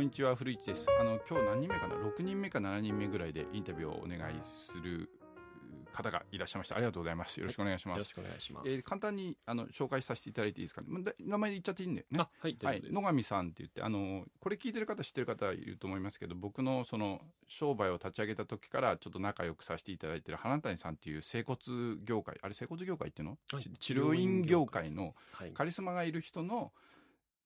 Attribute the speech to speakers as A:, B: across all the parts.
A: んにちは古市ですあの今日何人目かな6人目か7人目ぐらいでインタビューをお願いする方がいらっしゃいましたありがとうございますよろしくお願いし
B: よ
A: ま
B: ろ
A: す
B: しくお願いしま
A: えー
B: す。
A: 簡単にあの紹介させていただいていいですかね。まだ名前言っちゃっていいんだよね。
B: あ、はい、
A: は
B: 大
A: い、
B: 丈夫
A: 野
B: です。
A: 上さんって言ってあのこれ聞いてる方知ってる方いると思いますけど僕のその商売を立ち上げた時からちょっと仲良くさせていただいてる花谷さんっていう整骨業界あれ整骨業界っていうの、
B: はい
A: ち治療院業界の
B: はい。
A: カリスマがいる人の、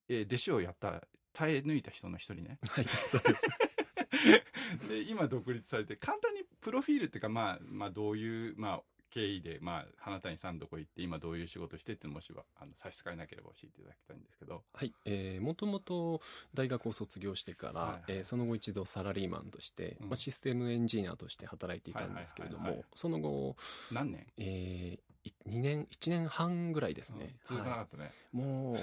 A: えー弟子をやった耐え抜いた人の一人ね
B: はい、そうです。
A: で今独立されて簡単にプロフィールっていうか、まあ、まあどういう、まあ、経緯で、まあ、花谷さんどこ行って今どういう仕事してっていうのもしはあの差し支えなければ教えていただきたいんですけど。
B: はい。えー、もともと大学を卒業してから、
A: はいはい
B: えーその後一度サラリーマンとして、
A: うん
B: まあ、システムエンジニアとして働いていたんですけれども、
A: はいはいはいは
B: その後、
A: 何年
B: えー、2年、1年半ぐらいですね。
A: 続かなか
B: は
A: ったね。
B: い、もう、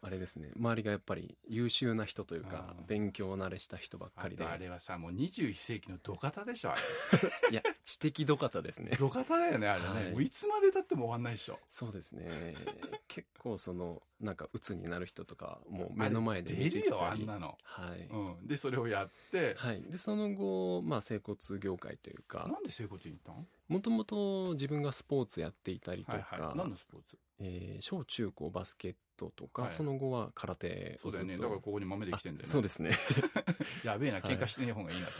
B: あれですね。周りがやっぱり優秀な人というか
A: うん、
B: 勉強慣れした人ばっかりで
A: あ、とあれはさ、もう21世紀の土方でしょ、あれ。
B: いや、知的度方ですね。
A: 土方だよね、あれね。
B: はい
A: もういつまでたっても終わんないでしょ。
B: そうですね。結構その、なんか、鬱になる人とか、もう目の前で見て
A: 出
B: き
A: るよ、
B: た
A: あん
B: り。
A: なの。
B: はい。
A: うん。で、それをやって、
B: はい。で、その後、まあ、整骨業界というか
A: な、んで整骨院行ったの
B: もともと自分がスポーツやっていたりと
A: はい
B: か
A: はい。、何のスポーツ
B: えー小中高バスケットとか、
A: はい
B: その後は空手
A: そ
B: を
A: うだ
B: ず
A: よ
B: っ
A: ね。
B: と。
A: だからここに豆で
B: あ
A: きてんだよね。
B: そうですね。
A: やべえな、
B: はい
A: 喧嘩してねえ方がいいなと。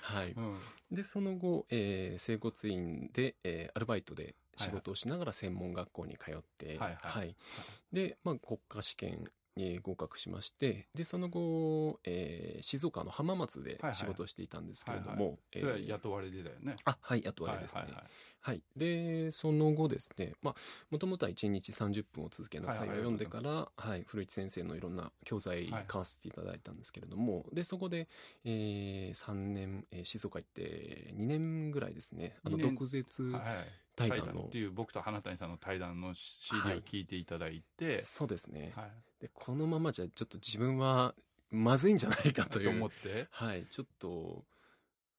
B: はい。
A: うん。
B: で、その後、えー整骨院で、えーアルバイトで仕事をしながら専門学校に通って、
A: はいはい
B: で、まあ、国家試験に合格しまして、で、その後、えー静岡の浜松で
A: はい
B: 仕事をしていたんですけれど
A: はいは
B: も、
A: それは
B: えー
A: 雇われでだよね。
B: あ、はい、あとあれですね。
A: はいはいはい
B: はい。で、その後ですね、まあ、もともとは1日30分を続けなさ
A: は
B: いを
A: いはい
B: 読んでから、はい、古市先生のいろんな教材
A: はい
B: 買わせていただいたんですけれども、で、そこで、えー、3年、えー、静岡行って2年ぐらいですね、あの、
A: 二年
B: 毒舌
A: はいはい。
B: 対
A: 対
B: 談
A: 談
B: の
A: って、いう僕と花谷さんの対談の CD を
B: はい
A: 聞いていただいて、
B: そうですね、
A: はい。
B: で、このままじゃちょっと自分はまずいんじゃないか
A: と
B: という、
A: 思って、
B: はい、ちょっと、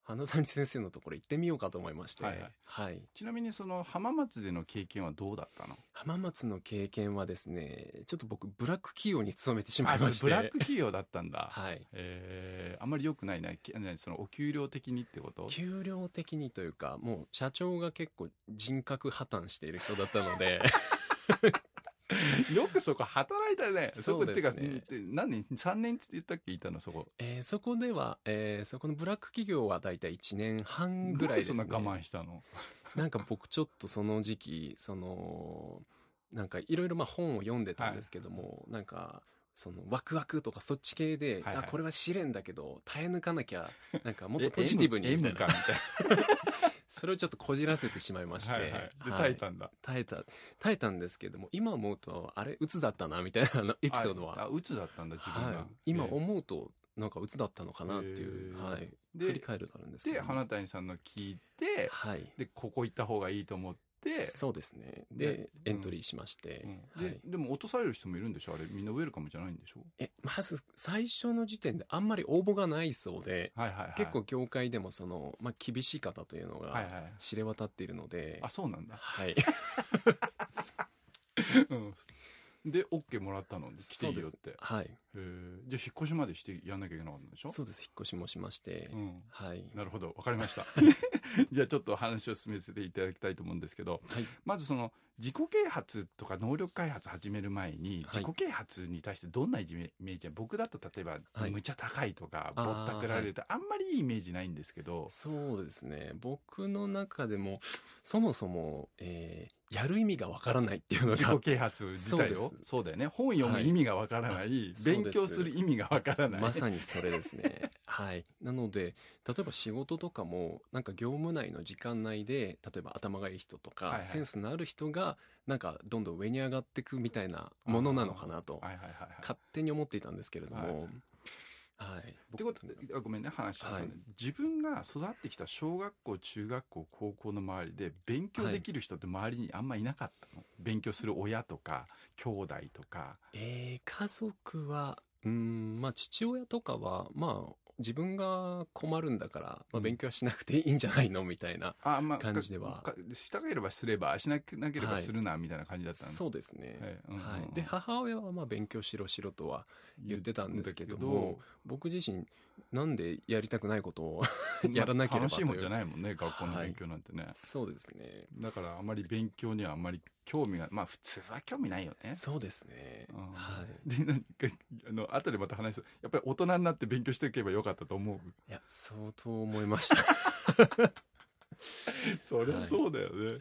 B: 花谷先生のところ行ってみようかと思いまして、
A: はいはい
B: はい
A: ちなみにその浜松での経験はどうだったの
B: 浜松の経験はですね、ちょっと僕、ブラック企業に勤めてしま
A: あ
B: い
A: そ
B: ま
A: れ
B: して。
A: ブラック企業だったんだ。
B: はい。
A: えー、あんまり良くないな、きねそのお給料的にって こと
B: 給料的にというか、もう社長が結構人格破綻している人だったの で、
A: よくそこ働いたね。そこ
B: そう
A: って
B: で
A: か、
B: すね
A: って何年 ?3 年って言ったっけいたのそこ。
B: えーそこでは、えーそこのブラック企業はだいたい1年半ぐ
A: ぐ
B: ら
A: ら
B: い
A: い
B: です
A: そ
B: ね。
A: んな我慢したの
B: なんか僕ちょっとその時期、その、なんかいろいろまあ本を読んでたんですけども、なんか、そのワクワクとかそっち系で、
A: はいはい
B: あ、これは試練だけど、耐え抜かなきゃ、なんかもっとポジティブに
A: え
B: みた
A: M,
B: い
A: M
B: な
A: かみ。たい
B: それをちょっとこじらせてしまいまして。
A: な。はいはい。で、
B: はい
A: 耐えたんだ。
B: 耐えた、耐えたんですけれども、今思うと、あれ、鬱だったな、みたいなあのエピソード
A: あ、あ
B: は。
A: 鬱だったんだ、自分が。
B: はい、今
A: えー
B: 思うと、なんか鬱だったのかなっていう、
A: へー
B: はい。
A: で
B: 振り返るとあるんですけ
A: で、
B: ども。
A: 花谷さんの聞いて、
B: はい。
A: で、ここ行った方がいいと思って、
B: そうですね。
A: で
B: で、
A: う
B: エ
A: ん
B: ントリーしまして。
A: うん
B: は
A: で
B: い。
A: でも落とされる人もいるんでしょあれみんなウェルカムじゃないんでしょ
B: え、まず、最初の時点であんまり応募がないそうで、
A: はいはいはい。
B: 結構業界でもその、まあ、厳しい方というの
A: はい
B: が
A: はい。
B: 知れ渡っているので、
A: あ、そうなんだ。
B: はい。
A: うんで、OK もらったので、来ていいよっ
B: そう
A: て
B: です。はい。
A: へーじゃあ、引っ越しまでしてやんなきゃいけなかったんでしょ
B: そうです。引っ越しもしまして、
A: うん。
B: はい。
A: なるほど、わかりま した。じゃあ、ちょっと話を進めていただきたいと思うんですけど、
B: はい。
A: まずその、自己啓発とか能力開発始める前に、
B: はい
A: 自己啓発に対してどんなイメージは僕だと例えば、
B: はい
A: むちゃ高いとか、ぼ
B: あー
A: ったくられると、あんまりいいイメージないんですけど、
B: そうですね。僕の中でも、そもそも、えーやる意味がわからないっていうの
A: 自己
B: が、
A: 啓発自体を
B: そうです
A: そうだよね本読む意味がわからない、
B: そうです
A: 勉強する意味がわからない
B: まさにそれですね。 はい。なので、例えば仕事とかも、なんか業務内の時間内で、例えば頭がいい人とか、
A: はいはい
B: センスのある人が、なんかどんどん上に上がっていくみたいなものなのかなと、
A: はいはいはいはい
B: 勝手に思っていたんですけれども、はい。
A: ってことであごめんね話しますね、
B: はい
A: 自分が育ってきた小学校中学校高校の周りで勉強できる人って周りにあんまいなかったの、勉強する親とか兄弟とか
B: えー家族は、うーん、まあ、父親とかは、まあ、自分が困るんだから、
A: う
B: まあ、
A: ん
B: 勉強はしなくていいんじゃないのみたいな、
A: あまあ
B: 感じでは
A: かかしたければすればしなけなければ
B: はい
A: するな、みたいな感じだったんで
B: そうですね、
A: はいうんうんうん
B: はい、で母親はまあ勉強しろしろとは言ってたんですけど
A: 言っ
B: も僕自身なんでやりたくないこと を
A: てたんだけど
B: やらなければ
A: 楽しいもん
B: という
A: じゃないもんね学校の
B: はい
A: 勉強なんてね、
B: そうですね
A: だからあまり勉強にはあまり興味がまあ普通は興味ないよね
B: そうですね
A: うん
B: はい
A: でなんかあの後でまた話すやっぱり大人になって勉強しておけばよかったと思う
B: いや相当思いま したは
A: そりゃそうだよね、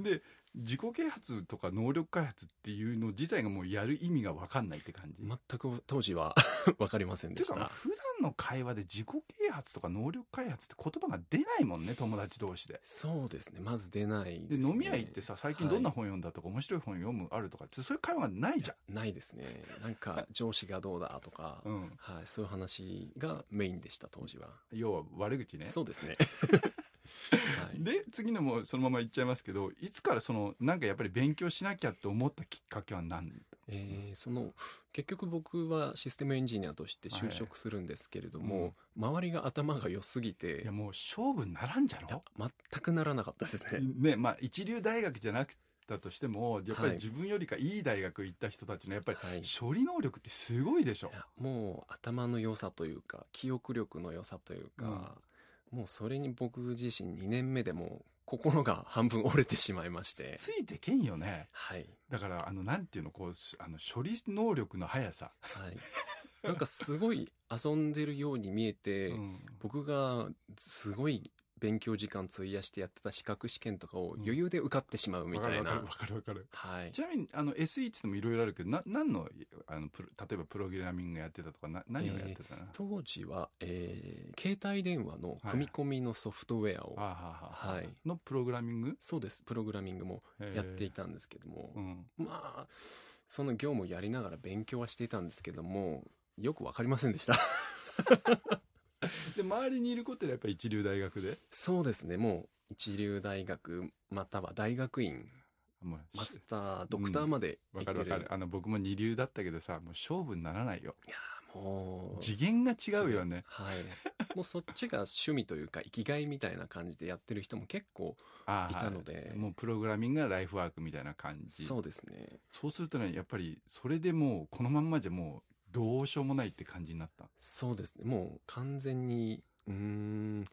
B: い
A: で自己啓発とか能力開発っていうの自体がもうやる意味が分かんないって感じ、
B: 全く当時は 分かりません
A: て
B: で
A: いう
B: し
A: かまあ
B: た
A: 普段の会話で自己啓発とか能力開発って言葉が出ないもんね友達同士で。
B: そうですねまず出ない
A: で
B: ですね
A: 飲み屋行ってさ最近どんな本読んだとか、面白い本読むあるとかってそういう会話がないじゃん。
B: ないですねなんか上司がどうだとか、
A: うん、
B: はい、そういう話がメインでした当時は、
A: 要は悪口ね。
B: そう ですねはい
A: で次のもそのまま言っちゃいますけどいつからそのなんかやっぱり勉強しなきゃって思ったきっかけは何
B: えーその結局僕はシステムエンジニアとして就職するんですけれども、周りが頭が良すぎて
A: いやもう勝負にならんじゃ
B: いや
A: ろ
B: 全くならなかったですね。
A: ねまあ一流大学じゃなくたとしてもやっぱり
B: はい
A: 自分よりかいい大学行った人たちのやっぱり
B: はい、い
A: 処理能力ってすごいでしょ。
B: やもう頭の良さというか記憶力の良さというか、もうそれに僕自身2年目でもう心が半分折れてしまいまして
A: ついてけんよね。
B: はい
A: だからあのなんていうのこうしあの処理能力の速さ、
B: はいなんかすごい遊んでるように見えて、
A: うん
B: 僕がすごい勉強時間費やしてやってた資格試験とかを余裕で受かってしまうみ
A: わか
B: た
A: る
B: い
A: わか
B: な、
A: るわかるわかる
B: はい
A: ちなみにあの SE っつってもいろいろあるけどな何のあのプロ例えばプログラミングやってたとかな何をやってたな、
B: 当時は、えー携帯電話の組み込みのソフトウェアを、
A: あははは
B: はい
A: のプログラミング
B: そうですプログラミングもやっていたんですけども、
A: うん、
B: まあその業務をやりながら勉強はしていたんですけどもよくわかりませんでした
A: で周りにいることはやっぱり一流大学で
B: そうですねもう一流大学または大学院
A: もう
B: マスタードクターまで行
A: わ
B: っ
A: か
B: て
A: る
B: る、
A: わかるあの僕も二流だったけどさもう勝負にならないよ
B: いやーもう
A: 次元が違うよね
B: はい。もうそっちが趣味というか生きがいみたいな感じでやってる人も結構
A: あ
B: い
A: ー
B: たので、
A: もうプログラミングがライフワークみたいな感じ
B: そうですね。
A: そうするとねやっぱりそれでもうこのまんまじゃもうどうしようもないって感じにな った
B: そうですね。もう完全に、うーん、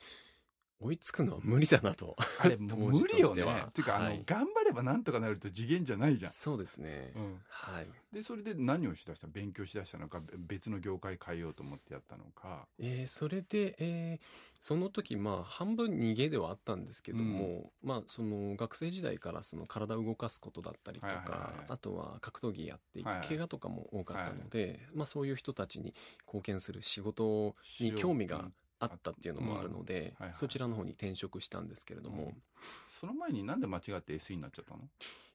B: 追いつくのは無理だなと。
A: あれもう
B: 当時
A: 無理よ
B: とし
A: ね
B: ては
A: っていうか、
B: は
A: あ
B: い
A: の頑張ればなんとかなると次元じゃないじゃん、
B: そうですね。
A: うん、
B: はい。
A: でそれで何をしだした勉強しだしたのかべ別の業界変えようと思ってやったのか
B: えーそれで、えーその時まあ半分逃げではあったんですけども、まあその学生時代からその体を動かすことだったりとか、
A: はいはいはいはい
B: あとは格闘技やっていて、
A: はいはい
B: 怪我とかも多かったので、まあそういう人たちに貢献する仕事に興味があったっていうのもあるので、
A: はいはい
B: そちらの方に転職したんですけれども、
A: うんその前になんで間違って SE になっちゃったの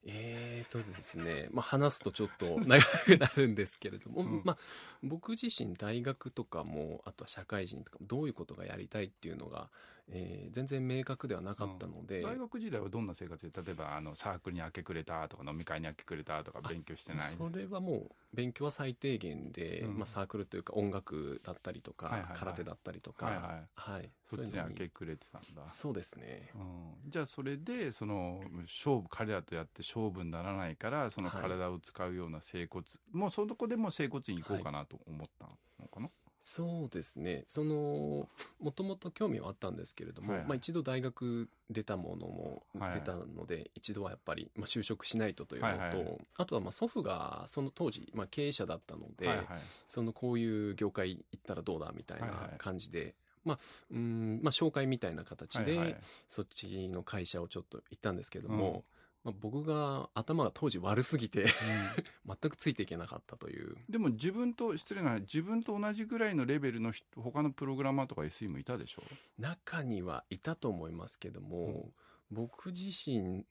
B: えーとですね、まあ、話すとちょっと長くなるんですけれども、
A: うん
B: まあ、僕自身大学とかもあとは社会人とかもどういうことがやりたいっていうのが、えー全然明確ではなかったので、
A: 大学時代はどんな生活で例えばあのサークルに明け暮れたとか飲み会に明け暮れたとか勉強してない
B: それはもう勉強は最低限で、
A: うん
B: まあ、サークルというか音楽だったりとか、
A: はいはいはい
B: 空手だったりとか、
A: はいはい
B: はい
A: そっちに
B: の
A: 明け暮れてたんだ
B: そうですね
A: うん、じゃあそれでその勝負彼らとやって勝負にならないからその
B: はい
A: 体を使うような整骨、もうそこでもう整骨院行こうかなと思ったのかな、
B: そうですねそのもともと興味はあったんですけれども、
A: はいはい
B: まあ、一度大学出たものも
A: はい
B: 出たので、一度はやっぱり、まあ、就職しないとというのと、
A: はいはいはい
B: あとはまあ祖父がその当時、まあ、経営者だったので、
A: はいはい
B: そのこういう業界行ったらどうだみたい
A: はい
B: な
A: はい
B: 感じで。まあ、うんまあ紹介みたいな形
A: はい
B: で、
A: はい
B: そっちの会社をちょっと行ったんですけれども、まあ、僕が頭が当時悪すぎて 全くついていけなかったという
A: でも自分と失礼な自分と同じぐらいのレベルの人他のプログラマーとか SE もいたでしょ
B: 中にはいたと思いますけども、僕自身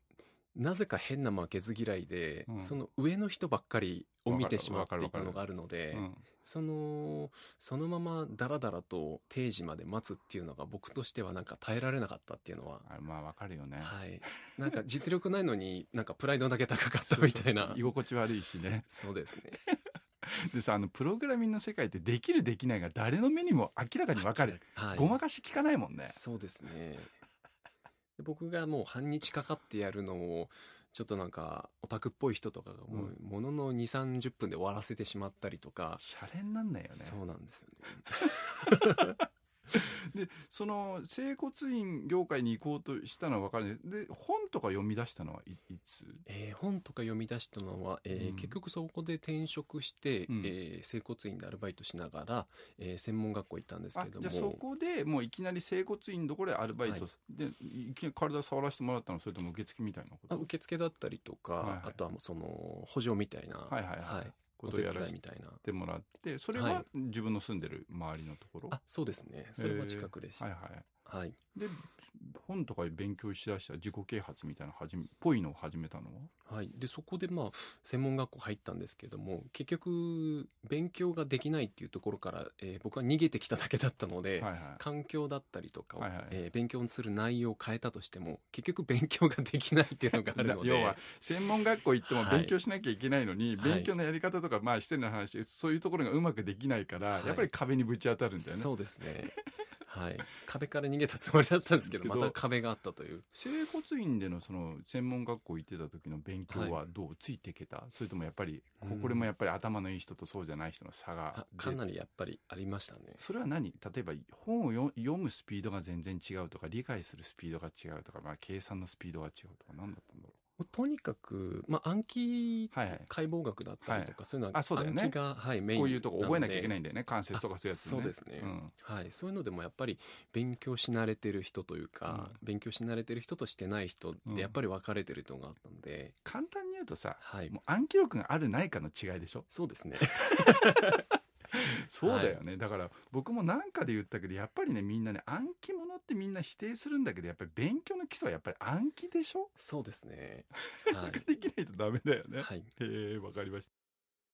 B: なぜか変な負けず嫌いで、
A: うん
B: その上の人ばっかりを見てしま
A: わ
B: って
A: かる
B: い
A: わか
B: た
A: る
B: のがあるので、
A: うん
B: そのそのままダラダラと定時まで待つっていうのが僕としてはなんか耐えられなかったっていうのは、
A: あれまあわかるよね、
B: はいなんか 実力ないのになんかプライドだけ高かったみたいな
A: 居心地悪いしね
B: そうですね
A: でさあのプログラミングの世界ってできるできないが誰の目にも明らかに分かる、
B: はい、
A: ごまかし効かないもんね
B: そうですねで僕がもう半日かかってやるのをちょっとなんかオタクっぽい人とかがもうものの2 3 0分で終わらせてしまったりとか、
A: シャレになんないよね
B: そうなんですよね
A: でその整骨院業界に行こうとしたのは分かるんですで本とか読み出したのはいいつ
B: えー本とか読み出したのは、えー
A: うん
B: 結局そこで転職して、
A: うん
B: えー整骨院でアルバイトしながら、えー専門学校行ったんです
A: あ
B: けど
A: じゃあそ
B: も
A: こでもういきなり整骨院どころでアルバイト、
B: は
A: でいきなり体触らせてもらったのそれとも受付みたいなこと
B: あ受付だったりとか、
A: はいはい
B: あとはもうその補助みたいな、
A: はいはいはいこ
B: お
A: とを
B: 手
A: や
B: 伝
A: ら
B: い
A: せ
B: みたいな
A: てもらってそれは
B: は
A: 自分の住んでる周りのところ、
B: あそうですねそれは近くでした、
A: はいはい
B: はい
A: で本とか勉強しだした自己啓発みたいな始めぽいのを始めたのは
B: はい、でそこでまあ専門学校入ったんですけども結局勉強ができないっていうところから、えー僕は逃げてきただけだったので、
A: はいはい
B: 環境だったりとかを、
A: はいはい
B: えー勉強する内容を変えたとしても結局勉強ができないっていうのがあるので
A: だ要は専門学校行っても
B: はい
A: 勉強しなきゃいけないのに、
B: はい
A: 勉強のやり方とかまあ失礼な話そういうところがうまくできないから、
B: はい
A: やっぱり壁にぶち当たるんだよね
B: そうですねはい壁から逃げたつもりだったんですけど
A: ですけど
B: また壁があったという
A: 整骨院でのその専門学校行ってた時の勉強はどう、ついていけたそれともやっぱりここれもやっぱり頭のいい人とそうじゃない人の差
B: あ
A: が
B: かな
A: り
B: りやっぱりありましたね
A: それは何例えば本をよ読むスピードが全然違うとか理解するスピードが違うとか、まあ、計算のスピードが違うとか何だったんだろ
B: とにかく、まあ、暗記
A: うはいはい
B: 解剖学だったりとか、そういうのは
A: あそうだよ
B: 暗
A: ね
B: 記が、はい、メイン
A: こういうとこ覚えなきゃいけないいんだよね関節とかそういうやつ、ね、
B: そうですね、
A: うん
B: はい、そういうのでもやっぱり勉強し慣れてる人というか、勉強し慣れてる人としてない人っ
A: うん
B: てやっぱり分かれてるのがあったんで、
A: 簡単に言うとさ
B: はい
A: もう暗記力があるないかの違いでしょ
B: そうですね
A: そうだよね、だから僕もなんかで言ったけどやっぱりねみんなね暗記物ってみんな否定するんだけどやっぱり勉強の基礎はやっぱり暗記でしょ、
B: そうですね
A: な
B: は
A: んかできないとダメだよね、
B: い、はい
A: へえわかりました